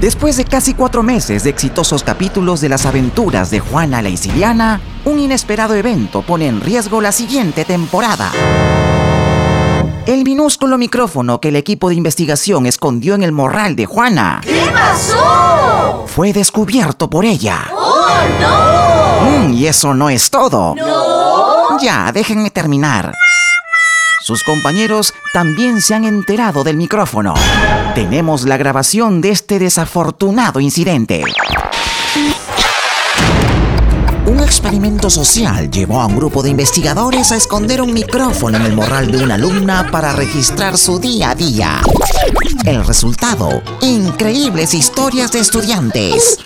Después de casi cuatro meses de exitosos capítulos de las aventuras de Juana la Isiliana, un inesperado evento pone en riesgo la siguiente temporada. El minúsculo micrófono que el equipo de investigación escondió en el morral de Juana ¿Qué pasó? fue descubierto por ella. ¡Oh, no! Mm, y eso no es todo. ¡No! Ya, déjenme terminar. Sus compañeros también se han enterado del micrófono. Tenemos la grabación de este desafortunado incidente. Un experimento social llevó a un grupo de investigadores a esconder un micrófono en el morral de una alumna para registrar su día a día. El resultado, increíbles historias de estudiantes.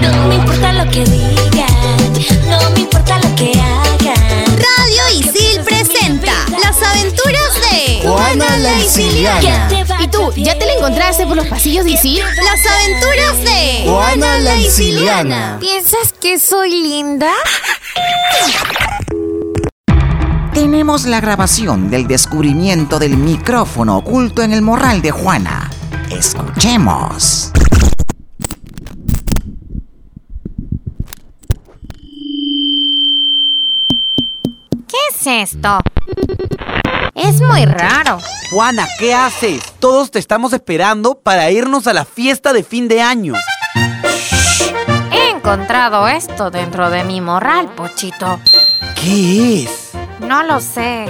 No me importa lo que digan, no me importa lo que hagan. Radio Isil presenta Las aventuras de Juana la Isiliana. Que te vaya ¿Y tú? ¿Ya te la bien. encontraste por los pasillos de Isil? Las aventuras de Juana la Isiliana. ¿Piensas que soy linda? Tenemos la grabación del descubrimiento del micrófono oculto en el morral de Juana. Escuchemos. ¿Qué es esto? Es muy raro. Juana, ¿qué haces? Todos te estamos esperando para irnos a la fiesta de fin de año. He encontrado esto dentro de mi morral, Pochito. ¿Qué es? No lo sé.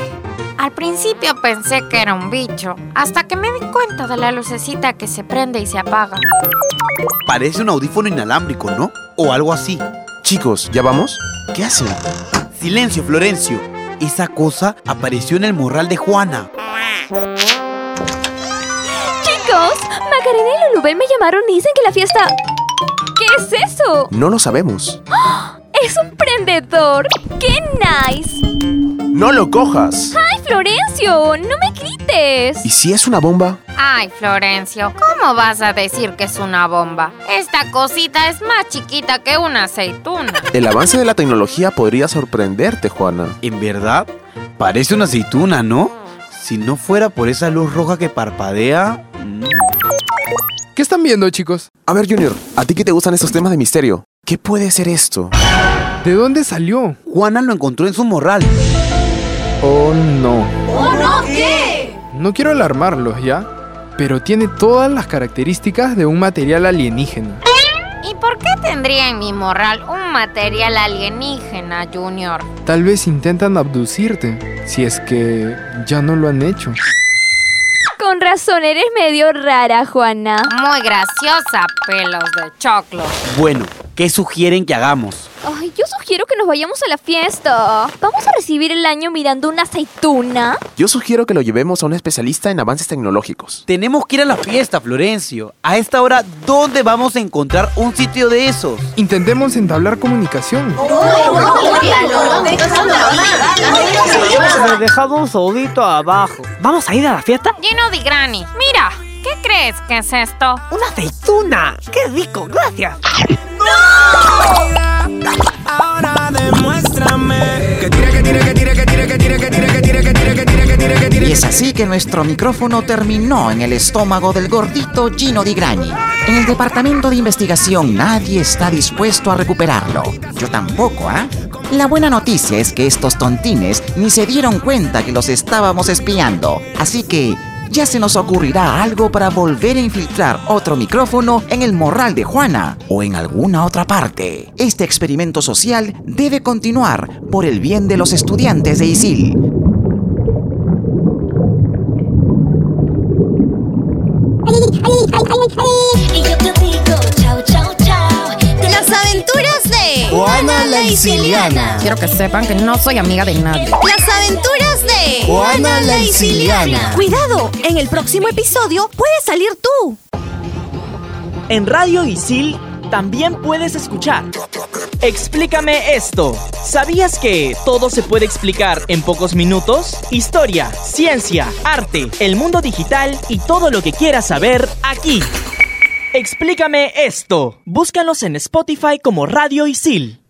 Al principio pensé que era un bicho, hasta que me di cuenta de la lucecita que se prende y se apaga. Parece un audífono inalámbrico, ¿no? O algo así. Chicos, ¿ya vamos? ¿Qué hacen? Silencio, Florencio. Esa cosa apareció en el morral de Juana. Chicos, Macarena y Lulubel me llamaron y dicen que la fiesta... ¿Qué es eso? No lo sabemos. ¡Es un prendedor! ¡Qué nice! ¡No lo cojas! ¡Ay, Florencio! ¡No me grites! ¿Y si es una bomba? Ay, Florencio, ¿cómo vas a decir que es una bomba? Esta cosita es más chiquita que una aceituna. El avance de la tecnología podría sorprenderte, Juana. En verdad, parece una aceituna, ¿no? Si no fuera por esa luz roja que parpadea... mm. ¿Qué están viendo, chicos? A ver, Junior, ¿a ti que te gustan estos temas de misterio? ¿Qué puede ser esto? ¿De dónde salió? Juana lo encontró en su morral. Oh, no. ¡Oh, no! ¿Qué? No quiero alarmarlos, ¿ya? Pero tiene todas las características de un material alienígena. ¿Y por qué tendría en mi morral un material alienígena, Junior? Tal vez intentan abducirte, si es que ya no lo han hecho. Con razón, eres medio rara, Juana. Muy graciosa, pelos de choclo. Bueno, ¿qué sugieren que hagamos? Ay, yo sugiero que nos vayamos a la fiesta. ¿Vamos a recibir el año mirando una aceituna? Yo sugiero que lo llevemos a un especialista en avances tecnológicos. Tenemos que ir a la fiesta, Florencio. A esta hora, ¿dónde vamos a encontrar un sitio de esos? Intentemos entablar comunicación. He dejado un soldito abajo. ¿Vamos a ir a la fiesta? Lleno de Granny. Mira, ¿qué crees que es esto? ¡Una aceituna! ¡Qué rico! ¡Gracias! Y es así que nuestro micrófono terminó en el estómago del gordito Gino Di Grani. En el departamento de investigación nadie está dispuesto a recuperarlo. Yo tampoco, ¿ah? La buena noticia es que estos tontines ni se dieron cuenta que los estábamos espiando. Así que ya se nos ocurrirá algo para volver a infiltrar otro micrófono en el morral de Juana o en alguna otra parte. Este experimento social debe continuar por el bien de los estudiantes de ISIL. Y yo te digo, chao, chao, chao. Te Las aventuras de Juana la Isiliana. Quiero que sepan que no soy amiga de nadie. Las aventuras de Juana la Isiliana. Cuidado, en el próximo episodio puedes salir tú. En Radio Isil también puedes escuchar. Explícame esto. ¿Sabías que todo se puede explicar en pocos minutos? Historia, ciencia, arte, el mundo digital y todo lo que quieras saber aquí. Explícame esto. Búscanos en Spotify como Radio Isil.